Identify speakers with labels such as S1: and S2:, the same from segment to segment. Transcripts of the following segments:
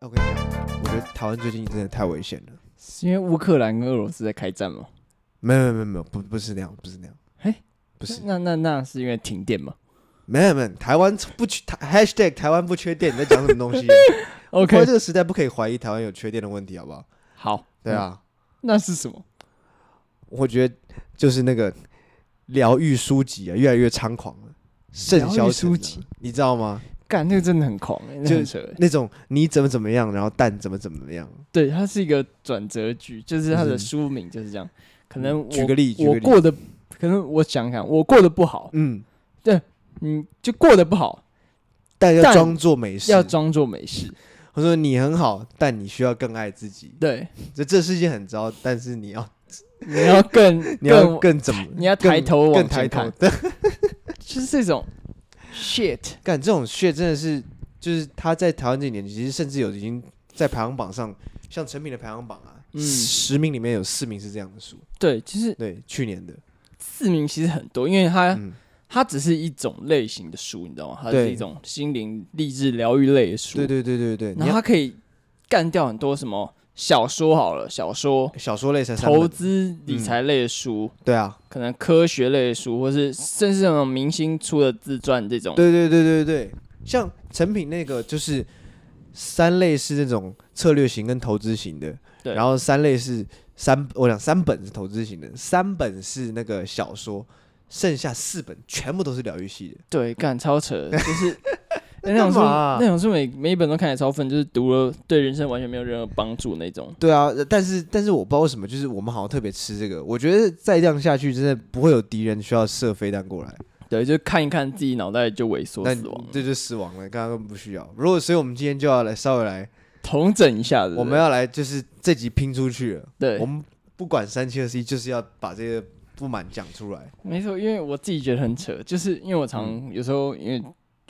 S1: 我跟你讲，我觉得台湾最近真的太危险了。
S2: 是因为乌克兰跟俄罗斯在开战吗？
S1: 没有没有没有，不不是那样，不是那样。
S2: 哎
S1: 不是，
S2: 那那那是因为停电吗
S1: 没有没有，台湾不缺台 #hashtag 台湾不缺电，你在讲什么东西？
S2: ？OK，
S1: 在这个时代不可以怀疑台湾有缺电的问题，好不好？
S2: 好，
S1: 对啊，
S2: 嗯，那是什么？
S1: 我觉得就是那个疗愈书籍啊，越来越猖狂了，盛
S2: 疗愈
S1: 嚣
S2: 书
S1: 成
S2: 籍
S1: 章，你知道吗？
S2: 干，那个真的很狂、欸，那
S1: 就
S2: 很扯欸。
S1: 那种你怎么怎么样，然后蛋怎么怎么样，
S2: 对，它是一个转折句，就是它的
S1: 嗯
S2: 书名就是这样。可能我
S1: 举个例，举个
S2: 我
S1: 例，
S2: 过得，可能我想想，我过得不好，
S1: 嗯，
S2: 嗯，就过得不好，
S1: 但要
S2: 但
S1: 装作没事
S2: 要。装作没事。
S1: 我说你很好，但你需要更爱自己。
S2: 对，
S1: 这这世界很糟，但是你要
S2: 你要更
S1: 你要
S2: 更，
S1: 更怎么？
S2: 你要
S1: 更
S2: 抬头
S1: 更
S2: 往
S1: 抬
S2: 前
S1: 头
S2: 看，。就是这种 shit。
S1: 干这种血真的是，就是他在台湾这几年，其实甚至有已经在排行榜上，像成品的排行榜啊，
S2: 嗯
S1: 十名里面有四名是这样的书。
S2: 对，就是
S1: 对，去年的，
S2: 四名其实很多，因为它、
S1: 嗯，
S2: 它只是一种类型的书，你知道吗？它
S1: 对
S2: 是一种心灵励志疗愈类的书。
S1: 对对对对对。你
S2: 然
S1: 要
S2: 后它可以干掉很多什么小说好了，小说、
S1: 小说类才三
S2: 投
S1: 本，
S2: 资理财类的书，
S1: 对啊，
S2: 可能科学类的书，或是甚至那种明星出的自传这种。
S1: 对对对对对，像成品那个就是三类是那种策略型跟投资型的，
S2: 对
S1: 然后三类是三，我讲三本是投资型的，三本是那个小说，剩下四本全部都是疗愈系的。
S2: 对，干超扯 的，就是那种书，
S1: 干嘛啊
S2: 那种书每每一本都看起来超粉，就是读了对人生完全没有任何帮助那种。
S1: 对啊，呃但是但是我不知道为什么，就是我们好像特别吃这个。我觉得再这样下去，真的不会有敌人需要射飞弹过来，
S2: 对，就看一看自己脑袋就萎缩
S1: 那
S2: 死亡了，
S1: 这就死亡了。刚刚根本不需要。如果所以，我们今天就要来稍微来，
S2: 统整一下子。
S1: 我们要来就是这集拼出去了。
S2: 对
S1: 我，们不管三七二十一，就是要把这个不满讲出来。
S2: 没错，因为我自己觉得很扯，就是因为我常有时候因为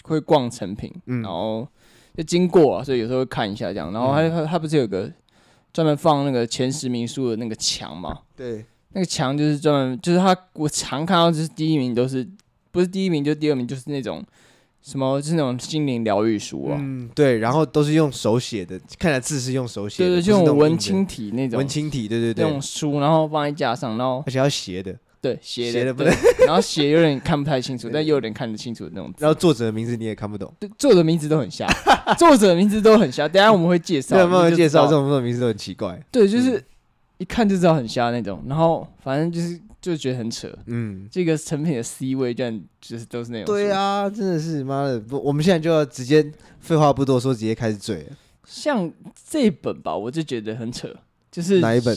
S2: 会逛成品，
S1: 嗯
S2: 然后就经过啊，所以有时候会看一下这样。然后
S1: 嗯
S2: 它它它不是有个专门放那个前十名书的那个墙嘛？
S1: 对，
S2: 那个墙就是专门就是它，我常看到就是第一名都是不是第一名就第二名，就是那种什么就是那种心灵疗愈书啊，
S1: 嗯，对，然后都是用手写的，看来字是用手写
S2: 对
S1: 的，
S2: 对，
S1: 不是
S2: 就
S1: 那
S2: 那
S1: 种
S2: 种文
S1: 印的
S2: 青体那种
S1: 文青体，对对
S2: 那
S1: 对
S2: 种，书，然后放在架上，然后
S1: 而且要斜的，
S2: 对斜
S1: 斜的
S2: 的
S1: 不
S2: 对，然后斜有点看不太清 楚，
S1: 对
S2: 但又有点看得清楚的那种
S1: 然后作者的名字你也看不懂。
S2: 对作者名字都很瞎，作者名字都很瞎。等一下我们会介绍，
S1: 对，慢慢介绍这种
S2: 你就知道。
S1: 这嗯种名字都很奇怪。
S2: 对，就是一看就知道很瞎那种。然后反正就是就觉得很扯，
S1: 嗯，
S2: 这个成品的 C 位居然就是都是那种。
S1: 对，啊，真的是妈的！不，我们现在就要直接废话不多说，直接开始嘴了。
S2: 像这本吧，我就觉得很扯，就是
S1: 哪一本？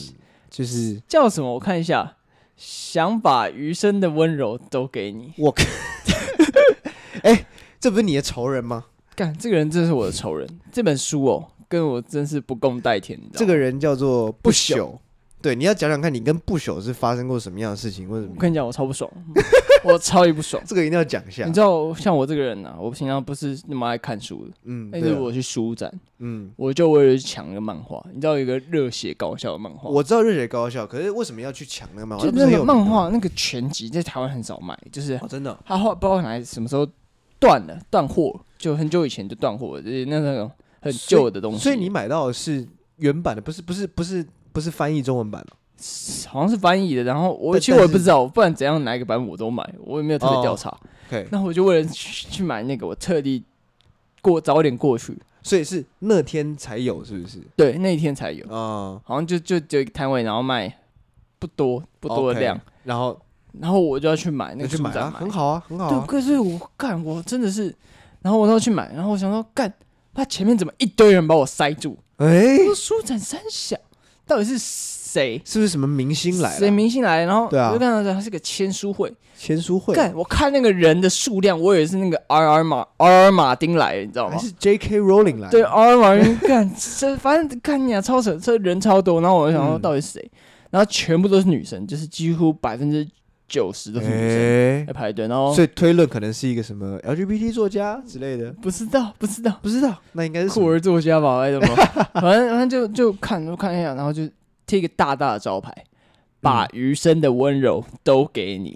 S1: 就是
S2: 叫什么？我看一下，想把余生的温柔都给你。
S1: 我，哎、这不是你的仇人吗？
S2: 干，这个人真是我的仇人。这本书哦，跟我真是不共戴天。你知道吗
S1: 这个，人叫做不
S2: 不
S1: 朽。
S2: 朽
S1: 对，你要讲讲看，你跟不朽是发生过什么样的事情，或者
S2: 我跟你讲，我超不爽，我超级不爽。
S1: 这个一定要讲一下
S2: 你。知道，像我这个人啊，我平常不是那么爱看书的，
S1: 嗯，
S2: 但
S1: 对
S2: 是
S1: 啊
S2: 哎我去书展，
S1: 嗯，
S2: 我就为了去抢那个漫画。你知道有一个热血搞笑的漫画，
S1: 我知道热血高校，可是为什么要去抢那个漫画？
S2: 就
S1: 它不是很
S2: 那个
S1: 有名
S2: 漫
S1: 吗
S2: 画那个全集在台湾很少卖，就是
S1: 哦，真的哦
S2: 他画不知道哪里什么时候断了，断货，就很久以前就断货了，就是那那种很旧的东西。
S1: 所以你买到的是原版的，不是不是不是不是翻译中文版的。
S2: 好像是翻译的，然后我
S1: 但
S2: 其实我
S1: 但
S2: 也
S1: 是
S2: 不知道，不然怎样哪一个版本我都买，我也没有特
S1: 哦
S2: 别调查。
S1: OK，
S2: 那我就为了去去买那个，我特地过早点过去，
S1: 所以是那天才有，是不是？
S2: 对，那一天才有。
S1: 啊、
S2: 好像就就只有一个摊位，然后卖不多不多的
S1: OK，
S2: 量
S1: 然后
S2: 然后我就要去买那
S1: 那
S2: 个
S1: 去
S2: 书
S1: 买
S2: 展
S1: 啊，很好啊，很好
S2: 对，
S1: 啊。
S2: 可是我干，我真的是，然后我都要去买，然后我想说干，他前面怎么一堆人把我 塞住？
S1: 哎
S2: 我，说书展三小，到底是谁？
S1: 是不是什么明星来
S2: 谁
S1: 了？
S2: 明星来？然后
S1: 对啊
S2: 我就看到他是个签书会，
S1: 签书会
S2: 干，我看那个人的数量，我以为是那个 R R 马 R R 马丁来的，你知道
S1: 还
S2: 吗？
S1: 是 J.K. Rowling 来？
S2: 对，，R 哦马云干这，反正干你啊，超扯，这人超多。然后我就想说
S1: 嗯
S2: 到底是谁，然后全部都是女生，就是几乎百分之九十都是女生
S1: 哎
S2: 在，排队，然后
S1: 所以推论可能是一个什么 LGBT 作家之类的，
S2: 不知道不知道
S1: 不知道，那应该是什
S2: 酷
S1: 么
S2: 儿作家吧，还 是什么，反正反正就就看就看一下，然后就贴一个大大的招牌。
S1: 嗯
S2: 把余生的温柔都给你，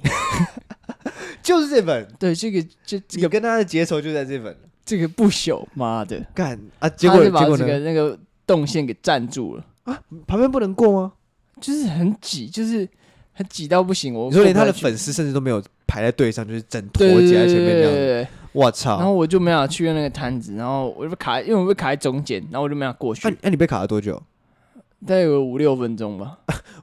S1: 就是这本，
S2: 对这个这这
S1: 你
S2: 个
S1: 跟他的结仇就在这本。
S2: 这个不朽，妈的！
S1: 干啊！结果
S2: 他是
S1: 结
S2: 把
S1: 果
S2: 这个
S1: 呢？
S2: 那个动线给占住了，
S1: 旁边不能过吗？
S2: 就是很挤，就是很挤到不行。我
S1: 你说连他的
S2: 过不了去
S1: 粉丝甚至都没有排在队上，就是整坨
S2: 对对
S1: 挤
S2: 对
S1: 在前
S2: 对
S1: 面这
S2: 对
S1: 样。
S2: 对，
S1: 我
S2: 然后
S1: 操！
S2: 我就没想去那个摊子，然后我就被卡，因为我被卡在中间，然后我就没想过去
S1: 那，啊那你被卡了多久？
S2: 大概有五六分钟吧，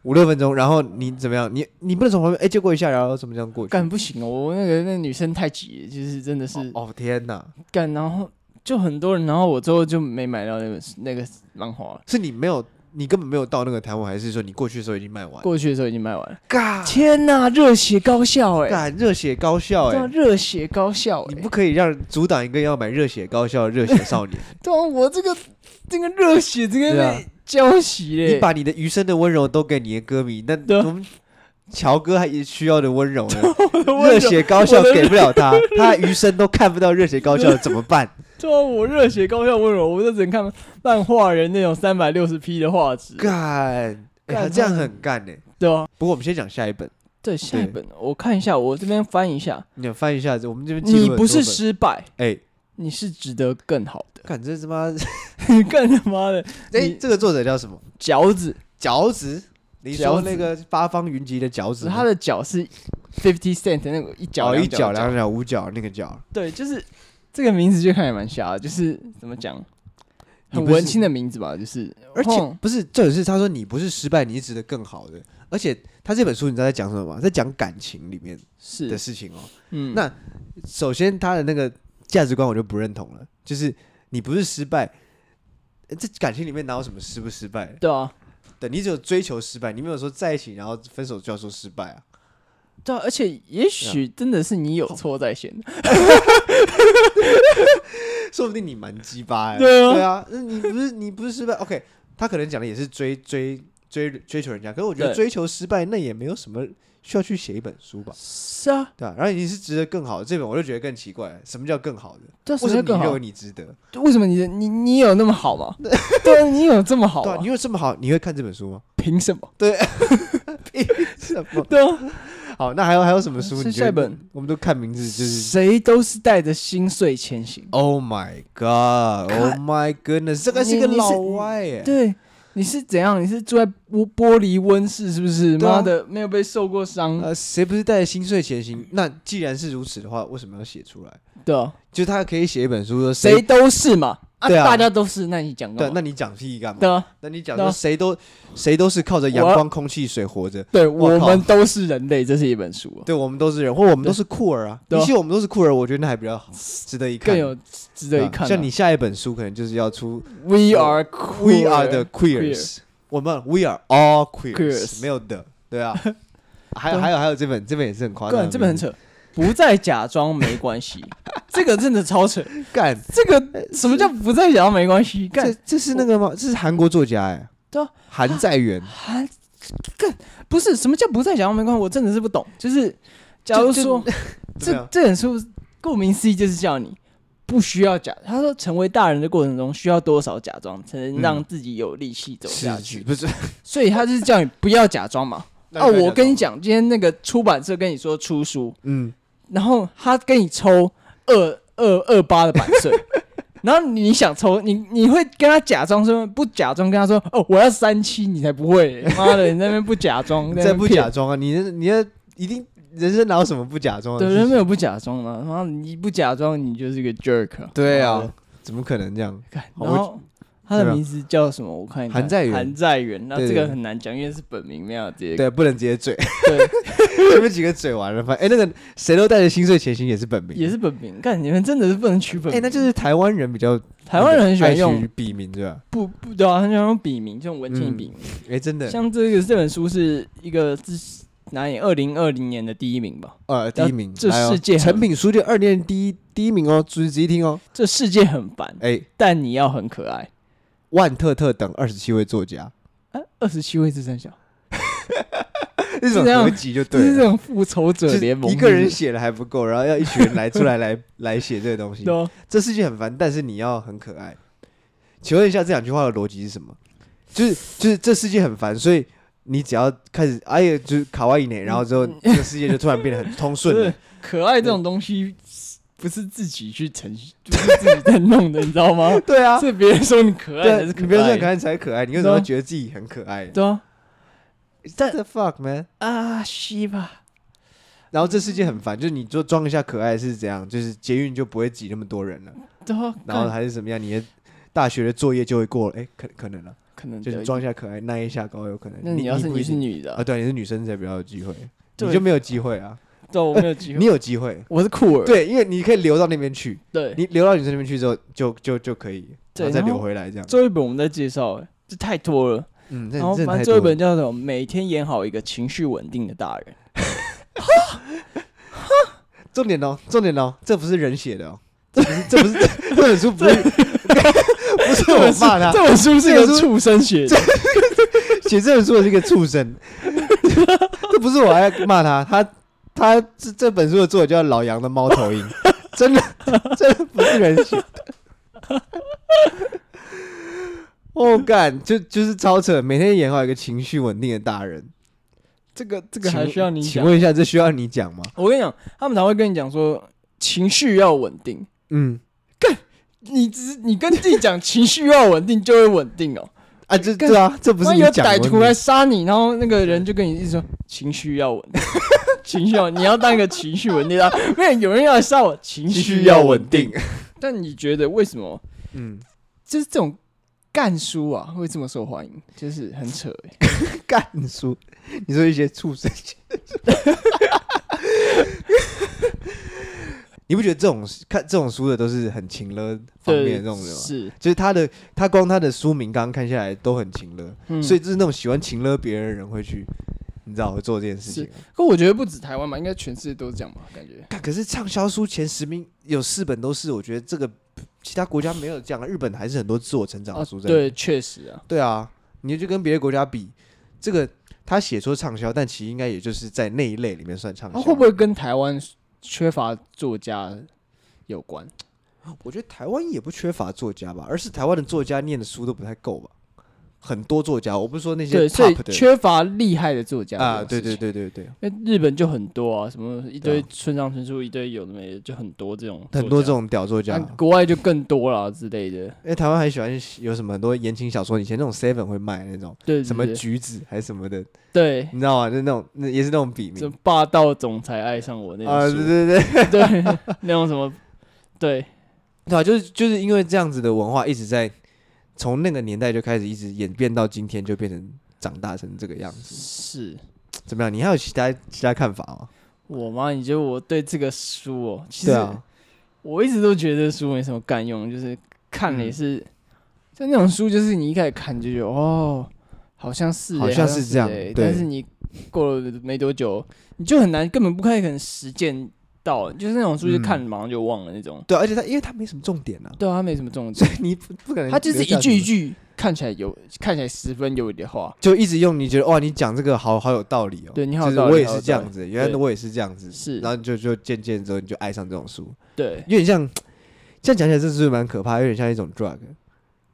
S1: 五六分钟，然后你怎么样？你你不能从旁边哎借过一下，然后怎么这样过去？
S2: 干不行哦，我那个那女生太挤了，就是真的是
S1: 哦哦天哪！
S2: 干，然后就很多人，然后我最后就没买到那本那个漫画了。
S1: 是你没有，你根本没有到那个摊位，还是说你过去的时候已经卖完？
S2: 过去的时候已经卖完了。
S1: 嘎
S2: 天呐，热血高校哎、
S1: 嘎，热血高校
S2: 对啊，
S1: 哎！
S2: 热血高校
S1: 你
S2: 哎、
S1: 不可以让阻挡一个要买热血高校的热血少年，
S2: 对啊，我这个这个热血这个
S1: 对啊
S2: 被浇熄嘞、
S1: 你把你的余生的温柔都给你的歌迷，那
S2: 对啊
S1: 我们乔哥还也需要的温柔呢。
S2: 我的
S1: 热
S2: 温柔，
S1: 血高校
S2: 我的
S1: 给不 了他，他余生都看不到热血高校怎么办？
S2: 对啊，我热血高校温柔，我就只能看漫画人那种三百六十 P 的画质，
S1: 干，哎
S2: 干
S1: 他这样很干呢。
S2: 对啊，
S1: 不过我们先讲下一本，
S2: 对，下一本我看一下，我这边翻一下，
S1: 你翻一下子，我们这边记录
S2: 你
S1: 很
S2: 不
S1: 多
S2: 是
S1: 本
S2: 失败，
S1: 哎，
S2: 你是值得更好的。
S1: 看这他妈，
S2: 你干他妈的
S1: 哎
S2: 你，
S1: 这个作者叫什么？
S2: 脚趾，
S1: 脚趾，你
S2: 脚
S1: 说
S2: 趾
S1: 那个八方云集的脚趾吗，
S2: 他的脚是 fifty cent 那个一脚
S1: 脚一脚
S2: 脚
S1: 两脚五脚那个脚，
S2: 对，就是这个名字就看起来蛮瞎的，就是怎么讲，
S1: 你
S2: 很
S1: 不是
S2: 文青的名字吧，就是，哦
S1: 而且
S2: 哼
S1: 不是重点是他说你不是失败，你是值得更好的。而且他这本书你知道在讲什么吗？在讲感情里面的
S2: 是，
S1: 事情哦。
S2: 嗯，
S1: 那首先他的那个价值观我就不认同了，就是你不是失败，呃这感情里面哪有什么失不失败的？
S2: 对啊，
S1: 对你只有追求失败，你没有说在一起然后分手就要说失败啊。
S2: 对啊，而且也许真的是你有错在先，
S1: 哦说不定你蛮鸡巴哎、
S2: 对啊
S1: 对啊，那你不是你不是失败？OK，他可能讲的也是追追追追求人家，可是我觉得
S2: 对
S1: 追求失败那也没有什么需要去写一本书吧，
S2: 是啊，
S1: 对吧、然后你是值得更好的这本，我就觉得更奇怪了，什么叫更好的？
S2: 对啊，什
S1: 为
S2: 么
S1: 什
S2: 叫
S1: 么
S2: 更
S1: 你认
S2: 好
S1: 为？你值得？
S2: 为什么你你你有那么 好吗？对啊，你有这么好
S1: 对、啊，
S2: 吗
S1: 你？有这么好，你会看这本书吗？
S2: 凭什么？
S1: 什 么？
S2: 对啊，
S1: 好，那还有还有什么书？
S2: 是
S1: 你觉得
S2: 下一本，
S1: 我们都看名字就是。
S2: 谁都是带着心碎前行。
S1: Oh my god! Oh my goodness! 这个是一个
S2: 你你是
S1: 老外耶，
S2: 对，你是怎样？你是住在玻玻璃温室是不是？
S1: 对啊
S2: 妈的，没有被受过伤，
S1: 呃，谁不是带着心碎前行？那既然是如此的话，为什么要写出来？
S2: 对啊，
S1: 就他可以写一本书说
S2: 谁都是嘛，啊，
S1: 对啊
S2: 大家都是，那你讲
S1: 对
S2: 干，嘛
S1: 那你讲屁干嘛？
S2: 对啊，
S1: 那你讲
S2: 对
S1: 说
S2: 啊
S1: 谁都谁都是靠着阳
S2: 我要
S1: 光、空气、水活着，
S2: 对，
S1: 我
S2: 我
S1: 靠
S2: 们都是人类，这是一本书啊，
S1: 对我们都是人，或我们
S2: 对
S1: 都是酷儿啊。
S2: 对啊
S1: 比起我们都是酷儿，我觉得那还比较 好，值得一看，
S2: 更有值得一
S1: 对啊
S2: 看啊。
S1: 像你下一本书可能就是要出
S2: We are
S1: We Are the
S2: queer
S1: Queers，我们 We Are All Queers，
S2: Queers
S1: 没有的，对 啊。还有
S2: 对
S1: 还有还有这本这本也是很夸张的名
S2: 干，
S1: 字，
S2: 这本很扯，不再假装没关 系，这个真的超扯。
S1: 干。
S2: 这个什么叫不再假装没关系？
S1: 这
S2: 干
S1: 这是那个吗？这是韩国作家哎，
S2: 对啊，
S1: 韩在元。
S2: 还干不是什么叫不再假装没关系？我真的是不懂。就是 假如
S1: 就就
S2: 说，
S1: 对
S2: 这
S1: 啊
S2: 这本书顾名思义就是叫你不需要假。他说，成为大人的过程中需要多少假装，才能让自己有力气走下
S1: 是
S2: 去？
S1: 不是？
S2: 所以他就是叫你不要假装嘛。
S1: 那
S2: 哦，
S1: 不要
S2: 我跟你
S1: 讲，
S2: 讲，今天那个出版社跟你说出书，
S1: 嗯，
S2: 然后他跟你抽二二二八的版 税。然后你想抽你，你会跟他假装说不假装跟他说哦，我要三七，你才不会，妈的，你在那边不假装，在那
S1: 再
S2: 边
S1: 不
S2: 骗
S1: 假装啊，你这你这一定人生哪有什么不假装的
S2: 对，
S1: 事
S2: 人
S1: 情？
S2: 没有不假装嘛，然后你不假装，你就是一个 jerk。
S1: 对
S2: 妈
S1: 啊
S2: 的，，
S1: 怎么可能这样？
S2: 干
S1: 好
S2: 然
S1: 我
S2: 后他
S1: 对
S2: 的
S1: 啊
S2: 名字叫什么？我看一下，
S1: 韩在元
S2: 韩在元。那
S1: 对
S2: 这个
S1: 对
S2: 很难讲，因为是本名，没有直接
S1: 对，不能直接嘴，
S2: 对，
S1: 前面几个嘴完了，反正哎，那个谁都带着心碎前行也是本名，
S2: 也是本名。干，你们真的是不能取本
S1: 哎，
S2: 名。
S1: 那就是台湾人比较
S2: 台湾人很喜欢
S1: 爱取
S2: 用
S1: 笔名对吧？
S2: 哎不不对啊，很喜欢用笔名，这种文青
S1: 嗯
S2: 笔名。
S1: 哎，真的，
S2: 像这个这本书是一个自哪里？二零二零年的第一名吧。
S1: 呃，第一名，
S2: 这
S1: 来哦
S2: 世界很
S1: 成品书店二店第一第一名哦，注意仔细听哦，
S2: 这世界很烦，
S1: 哎，
S2: 但你要很可爱。啊
S1: 万特特等二十七位作 家，
S2: 二十七位智三小，
S1: 这种
S2: 这样
S1: 合集就
S2: 这
S1: 对了
S2: 是。这种复仇者
S1: 就是
S2: 联盟。
S1: 一个人
S2: 是
S1: 写了还不够，然后要一群人来出来来 来写这个东
S2: 不
S1: 西
S2: 是，对啊
S1: 这世界很烦，但是你要很可爱。请问一下，这两句话的逻辑是什么？就是就是这世界很烦，所以你只要开始哎呀，
S2: 嗯
S1: 就是卡哇伊呢，然后之后这个世界就突然变得很通顺
S2: 对，
S1: 了。
S2: 可爱这种东西不是自己去程序，不是自己在弄的，你知道吗？
S1: 对啊，
S2: 是别人说啊你可爱才
S1: 对，
S2: 是
S1: 你
S2: 可
S1: 别说
S2: 爱
S1: 可
S2: 的，
S1: 爱才可爱，你为什么会觉得自己很可爱
S2: 对啊
S1: ？What the fuck man？
S2: 啊，西吧，
S1: 然后这世界很烦，就是你就装一下可爱是怎样，就是捷运就不会挤那么多人了，
S2: 对啊，
S1: 然后
S2: 干
S1: 还是怎么样，你的大学的作业就会过了，哎，可可能了，
S2: 可能
S1: 就是
S2: 对
S1: 装一下可爱，耐一下高有可能。
S2: 那你要是
S1: 不
S2: 你
S1: 一
S2: 是
S1: 定
S2: 女的
S1: 啊，
S2: 啊，
S1: 对，你是女生才比较有机会，
S2: 对
S1: 你就没有机会啊，
S2: 对，我没有机
S1: 你
S2: 会，
S1: 有机会，
S2: 我是酷儿，
S1: 对，因为你可以留到那边去，
S2: 对。
S1: 你留到女生那边去之后，就就就可以，
S2: 对
S1: 然后再
S2: 然后
S1: 留回来这样。
S2: 最后一本我们在介绍，欸这太多了。
S1: 嗯，那
S2: 然后
S1: 真的
S2: 反正
S1: 太
S2: 最后一
S1: 多
S2: 本
S1: 了。
S2: 叫什么？每天演好一个情绪稳定的大 人。
S1: 重点哦，重点哦，这不是人写的哦，这不是这不是 这本书不是不是我啊骂他，
S2: 这本书是
S1: 这
S2: 个
S1: 本书
S2: 畜生写的，
S1: 写这本书的是一个畜 生，这不是我还要骂他，他他这这本书的作者叫老杨的猫头鹰，真的 真的不是人写的。我干、就就是超扯，每天演好一个情绪稳定的大人，
S2: 这个
S1: 这
S2: 这个还需要你
S1: 请
S2: 讲？
S1: 问一下，这需要你讲吗？
S2: 我跟你讲，他们常会跟你讲说情绪要稳定，
S1: 嗯，
S2: 你只你跟自己讲情绪要稳定就会稳定哦。
S1: 啊，这
S2: 干
S1: 对啊，这不是
S2: 万一
S1: 你
S2: 有
S1: 讲的
S2: 歹
S1: 问
S2: 徒
S1: 题
S2: 来杀你，然后那个人就跟你一直说情绪要稳定，情绪要你要当一个情绪稳定的，没有有人要来杀我，情绪要稳定。。但你觉得为什么
S1: 嗯，
S2: 就是这种干书啊会这么受欢迎？就是很扯、欸。
S1: 干书，你说一些畜生。 你不觉得这种看这种书的都是很情勒方面的这种人吗？
S2: 是，
S1: 就是他的，他光他的书名刚刚看下来都很情勒，
S2: 嗯
S1: 所以就是那种喜欢情勒别人的人会去，你知道会做这件事情啊。
S2: 可我觉得不止台湾嘛，应该全世界都是这样吧？感觉
S1: 干可是畅销书前十名有四本都是，我觉得这个其他国家没有这样啊，日本还是很多自我成长的书在里面、
S2: 哦对，啊确实啊，
S1: 对啊，你就跟别的国家比，这个他写说畅销，但其实应该也就是在那一类里面算畅销。
S2: 啊会不会跟台湾缺乏作家有关？
S1: 我觉得台湾也不缺乏作家吧，而是台湾的作家念的书都不太够吧。很多作家，我不是说那些
S2: 对，所以
S1: top 的
S2: 缺乏厉害的作家
S1: 啊，对
S2: 这种
S1: 对
S2: 事情。
S1: 对对对，
S2: 因为日本就很多啊，什么一
S1: 对
S2: 堆
S1: 啊
S2: 村上春树，一堆有的没的，就很多这种
S1: 很多这
S2: 作
S1: 种屌作
S2: 家，
S1: 家。
S2: 啊国外就更多了之类的。
S1: 因为台湾还喜欢有什么很多言情小说，以前那种 Seven 会卖那种
S2: 对，对
S1: 什么
S2: 对
S1: 橘子还是什么的，
S2: 对，
S1: 你知道吗？就那种那也是那种笔
S2: 这
S1: 名
S2: 霸道总裁爱上我那
S1: 啊，
S2: 种
S1: 对
S2: 书，
S1: 对对，
S2: 对， 那种什么，对，
S1: 对啊，就是就是因为这样子的文化一直在从那个年代就开始一直演变到今天，就变成长大成这个样子。
S2: 是
S1: 怎么样？你还有其他其他看法吗？
S2: 我吗？你觉得我对这个书哦，其
S1: 对
S2: 实
S1: 啊，
S2: 我一直都觉得书没什么干用，就是看了也
S1: 嗯
S2: 是，就那种书，就是你一开始看就觉得哦，好像是欸、
S1: 好
S2: 好
S1: 像
S2: 像
S1: 是这样
S2: 欸
S1: 对
S2: 但是你过了没多久，你就很难，根本不太可能实践到，就是那种书就
S1: 嗯
S2: 看了马上就忘了那种。
S1: 对啊，而且他因为他没什么重点啊，
S2: 对啊，它没什么重
S1: 所
S2: 点，
S1: 以你不不可能留下什么。
S2: 它就是一句一句看起来有看起来十分有理的话，
S1: 就一直用，你觉得哇，你讲这个好好有道理哦。
S2: 对你好
S1: 就
S2: 有
S1: 是
S2: 道理
S1: 我也
S2: 好
S1: 是
S2: 有
S1: 这
S2: 道
S1: 样
S2: 理
S1: 子，原来
S2: 对
S1: 我也是这样子，
S2: 是
S1: 然后就就渐渐之后你就爱上这种书，
S2: 对
S1: 有点像，这样讲起来这是蛮可怕，有点像一种 drug，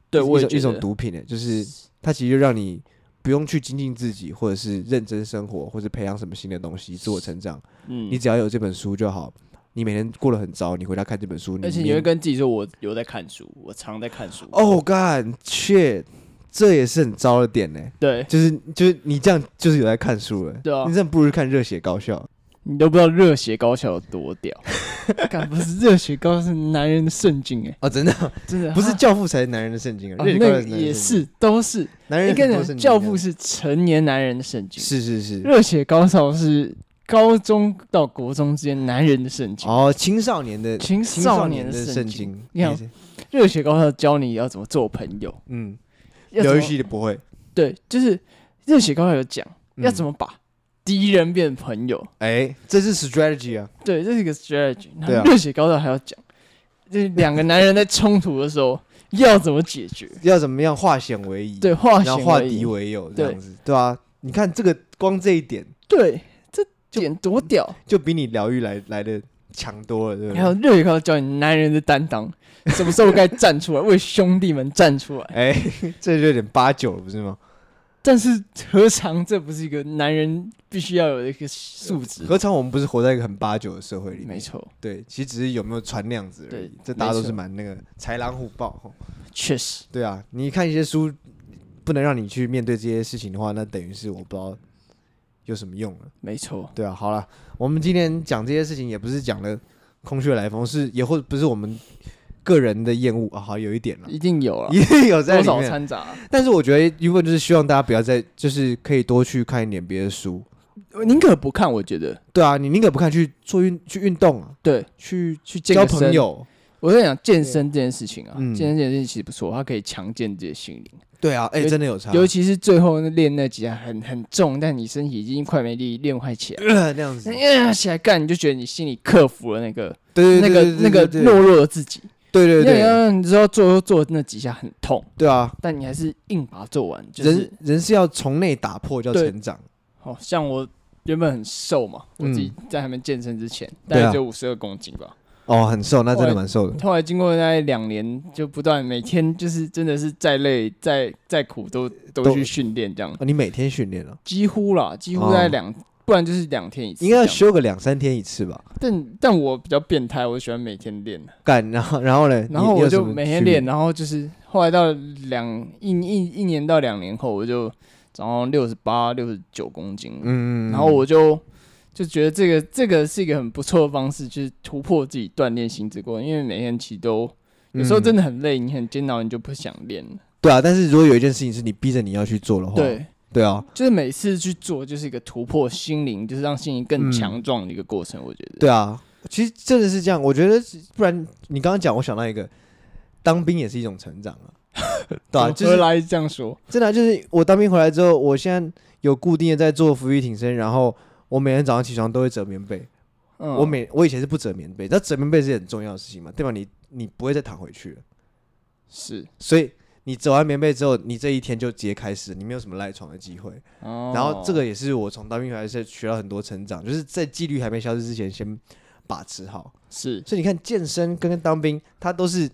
S2: 对，
S1: 一
S2: 我也
S1: 种一
S2: 觉
S1: 种
S2: 得
S1: 毒品的，欸就是它其实就让你不用去精进自己，或者是认真生活，或者培养什么新的东西，自我成长。
S2: 嗯
S1: 你，只要有这本书就好。你每天过得很糟，你回家看这本书，
S2: 而且你
S1: 你
S2: 会跟自己说，我有在看书，我常在看书，
S1: 哦干 shit，这也是很糟的点呢。
S2: 对。
S1: 就是就是你这样就是有在看书了，
S2: 对啊
S1: 你真的不如看热血高校。
S2: 你都不知道热血高校有多屌， 干不是热血高校是男人的圣经哎、
S1: 哦，真的
S2: 真的
S1: 不是
S2: 啊
S1: 教父才是男人的圣经啊，
S2: 啊
S1: 热血高校才
S2: 那
S1: 男人的圣
S2: 也
S1: 经
S2: 是都是
S1: 男人
S2: 应该
S1: 很多圣经
S2: 讲教父
S1: 啊
S2: 是成年男人的圣经，
S1: 是是是
S2: 热血高校是高中到国中之间男人的圣经，
S1: 哦，青少年的
S2: 青
S1: 青
S2: 少
S1: 年
S2: 的
S1: 圣
S2: 圣
S1: 经，
S2: 你看
S1: 也是
S2: 热血高校教你要怎么做朋友，
S1: 嗯，
S2: 要怎
S1: 游
S2: 么
S1: 戏的不会，
S2: 对，就是热血高校有讲
S1: 嗯
S2: 要怎么把敌人变朋友，
S1: 哎，这是 strategy 啊，
S2: 对，这是一个 strategy。
S1: 对啊
S2: 然后热血高校还要讲，就是两个男人在冲突的时候要怎么解决。
S1: 要怎么样化险为夷，，
S2: 对，化
S1: 然
S2: 险
S1: 后化
S2: 为夷
S1: 敌为友这
S2: 对
S1: 样子，对啊，你看这个光这一点
S2: 对，这点多屌！
S1: 就比你疗愈来来的强多了，对不
S2: 还有
S1: 对？
S2: 热血高校教你男人的担当， 什 么时候该站出来，为兄弟们站出来。
S1: 哎，这就有点八九了，不是吗？
S2: 但是何尝这不是一个男人必须要有的一个素质？
S1: 何尝我们不是活在一个很八九的社会里面？
S2: 没错，
S1: 对，其实只是有没有传那样子而已
S2: 对。
S1: 这大家都是
S2: 没错
S1: 蛮那个豺狼虎豹。吼
S2: 确实，
S1: 对啊，你看一些书，不能让你去面对这些事情的话，那等于是我不知道有什么用了。
S2: 没错，
S1: 对啊，好了，我们今天讲这些事情也不是讲的空穴来风，是也或不是我们个人的厌恶啊，好有一点 了，
S2: 一定有啊，
S1: 一定有在
S2: 多
S1: 里
S2: 少
S1: 面。
S2: 掺杂。啊
S1: 但是我觉得一部分就是希望大家不要再，就是可以多去看一点别的书。
S2: 宁可不看，我觉得
S1: 对啊，你宁可不看去做运去运动啊，
S2: 对。
S1: 去
S2: 去健
S1: 交
S2: 个
S1: 朋
S2: 身，
S1: 友。
S2: 我在讲健身这件事情啊，
S1: 嗯
S2: 健身这件事情其实不错，它可以强健自己的心灵。
S1: 对啊，哎、
S2: 尤
S1: 真的有差，
S2: 尤其是最后那练那几下很很重，但你身体已经快没力，练不快起来，
S1: 呃那样子，
S2: 哎呀起来干，你就觉得你心里克服了那个
S1: 对对
S2: 那个那个懦弱的自己。
S1: 对对
S2: 因
S1: 对
S2: 为你知道做做那几下很痛，
S1: 对啊，
S2: 但你还是硬把它做完。就是
S1: 人人是要从内打破叫
S2: 对
S1: 成长，
S2: 哦，像我原本很瘦嘛，我自己在还没健身之前，大
S1: 嗯对
S2: 概
S1: 啊
S2: 只有五十二公斤吧。
S1: 哦，很瘦，那真的蛮瘦的，
S2: 后来经过大概两年，就不断每天就是真的是再累再再苦都都
S1: 都
S2: 去训练，这样
S1: 哦、你每天训练了，
S2: 几乎啦，几乎
S1: 哦
S2: 在两，不然就是两天一次
S1: 应
S2: 这
S1: 该要
S2: 样。
S1: 休个两三天一次吧？
S2: 但但我比较变态，我喜欢每天练，
S1: 干，然后然后呢？
S2: 然后
S1: 你
S2: 我就每天，练，
S1: 你有什么区
S2: 然后就是后来到两一一一年到两年后，我就长到六十八、六十九公斤
S1: 别，嗯，嗯嗯
S2: 然后我就就觉得这个这个是一个很不错的方式，就是突破自己锻炼心智过程，因为每天其实都有时候真
S1: 的、
S2: 的很累，你很煎熬，你就不想练了。
S1: 对啊，但是如果有一件事情是你逼着你要去做的话，
S2: 对，
S1: 对啊，
S2: 就是每次去做，就是一个突破心灵，就是让心灵更强壮的一个过程。我觉得，
S1: 嗯对啊，其实真的是这样，我觉得不然你刚刚讲，我想到一个，当兵也是一种成长 啊，对啊，
S2: 就
S1: 就是
S2: 来这样说，
S1: 真的啊、就是我当兵回来之后，我现在有固定的在做浮力挺身，然后我每天早上起床都会折棉被。
S2: 嗯
S1: 我每我以前是不折棉被，但折棉被是很重要的事情嘛，对吧？你你不会再躺回去了，
S2: 是，
S1: 所以你折完棉被之后，你这一天就直接开始，你没有什么赖床的机会。
S2: 然
S1: 然后这个也是我从当兵回来是学到很多成长，就是在纪律还没消失之前，先把持好。
S2: 是，
S1: 所以你看，健身跟跟当兵，它都是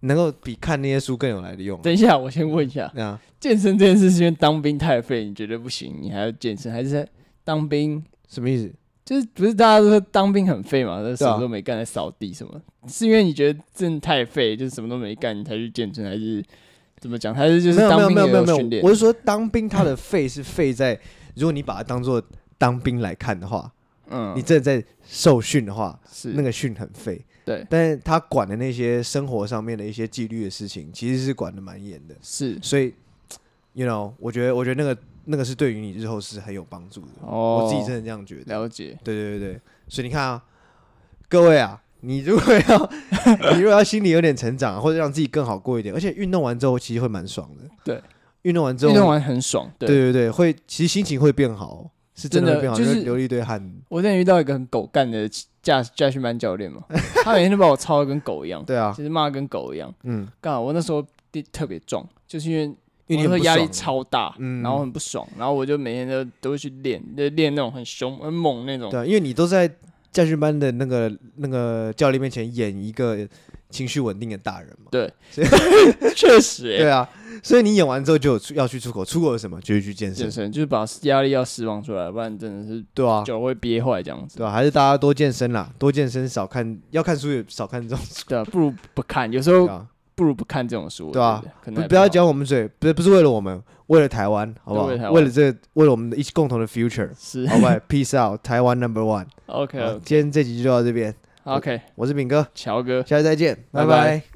S1: 能够比看那些书更有来的用。
S2: 等一下，我先问一下，
S1: 啊，
S2: 健身这件事是因为当兵太废，你觉得不行，你还要健身，还是在当兵？
S1: 什么意思？
S2: 就是不是大家都说当兵很废嘛，那什
S1: 对啊
S2: 么都没干，在扫地什么？是因为你觉得真的太废，就是什么都没干，你才去健身，还是怎么讲？还是就是
S1: 没有没
S2: 当
S1: 有
S2: 兵
S1: 没有没有
S2: 也
S1: 没
S2: 训
S1: 有，
S2: 练
S1: 我是说当兵他的废是废在，如果你把它当做当兵来看的话，
S2: 嗯，
S1: 你真的在受训的话，
S2: 是
S1: 那个训很废。
S2: 对
S1: 但是他管的那些生活上面的一些纪律的事情，其实是管的蛮严的。
S2: 是
S1: 所以，you know，我觉得我觉得那个那个是对于你日后是很有帮助的。
S2: 哦，
S1: 我自己真的这样觉得。
S2: 了解，
S1: 对对对对，所以你看啊，各位啊，你如果要 你如果要心里有点成长啊，或者让自己更好过一点，而且运动完之后其实会蛮爽的。
S2: 对，
S1: 运动完之后，
S2: 运动完很爽，对
S1: 对对对，会其实心情会变好，是真的会
S2: 真的
S1: 变好，
S2: 就是
S1: 会流一堆汗。
S2: 我之前遇到一个很狗干的驾驾训班 教练嘛，他每天都把我操的跟狗一样，
S1: 对啊，
S2: 其实骂得跟狗一样。
S1: 嗯，
S2: 刚好我那时候地特别壮，就是因为
S1: 因为
S2: 我那时候
S1: 你
S2: 压力
S1: 很不爽
S2: 超大，
S1: 嗯
S2: 然后很不爽，然后我就每天都都会去练，就练那种很凶、很猛那种。
S1: 对啊，因为你都在驾训班的那个那个教练面前演一个情绪稳定的大人嘛。
S2: 确实、
S1: 对
S2: 欸，
S1: 啊，所以你演完之后就有出要去出口，出口是什么？就是去健
S2: 健
S1: 身。
S2: 身就是把压力要释放出来，不然真的是
S1: 对啊，
S2: 久了会憋坏这样子。
S1: 对啊，还是大家多健身啦，多健身，少看要看书也少看这种书
S2: 对啊，不如不看，有时候
S1: 啊，
S2: 不如不看这种书。我
S1: 对啊
S2: 觉得，可能
S1: 不
S2: 还
S1: 不要
S2: 好，
S1: 讲我们嘴，不是不是为了我们，为了台湾，好不好？
S2: 对为了台湾
S1: 为了这为了我们的一起共同的 future，
S2: 是
S1: 好 吧？Peace out，台湾 number one。
S2: OK
S1: 好今天这集就到这边，
S2: OK，
S1: 我是炳哥，
S2: 乔哥。
S1: 下次再见，
S2: 拜
S1: 拜
S2: 拜
S1: 拜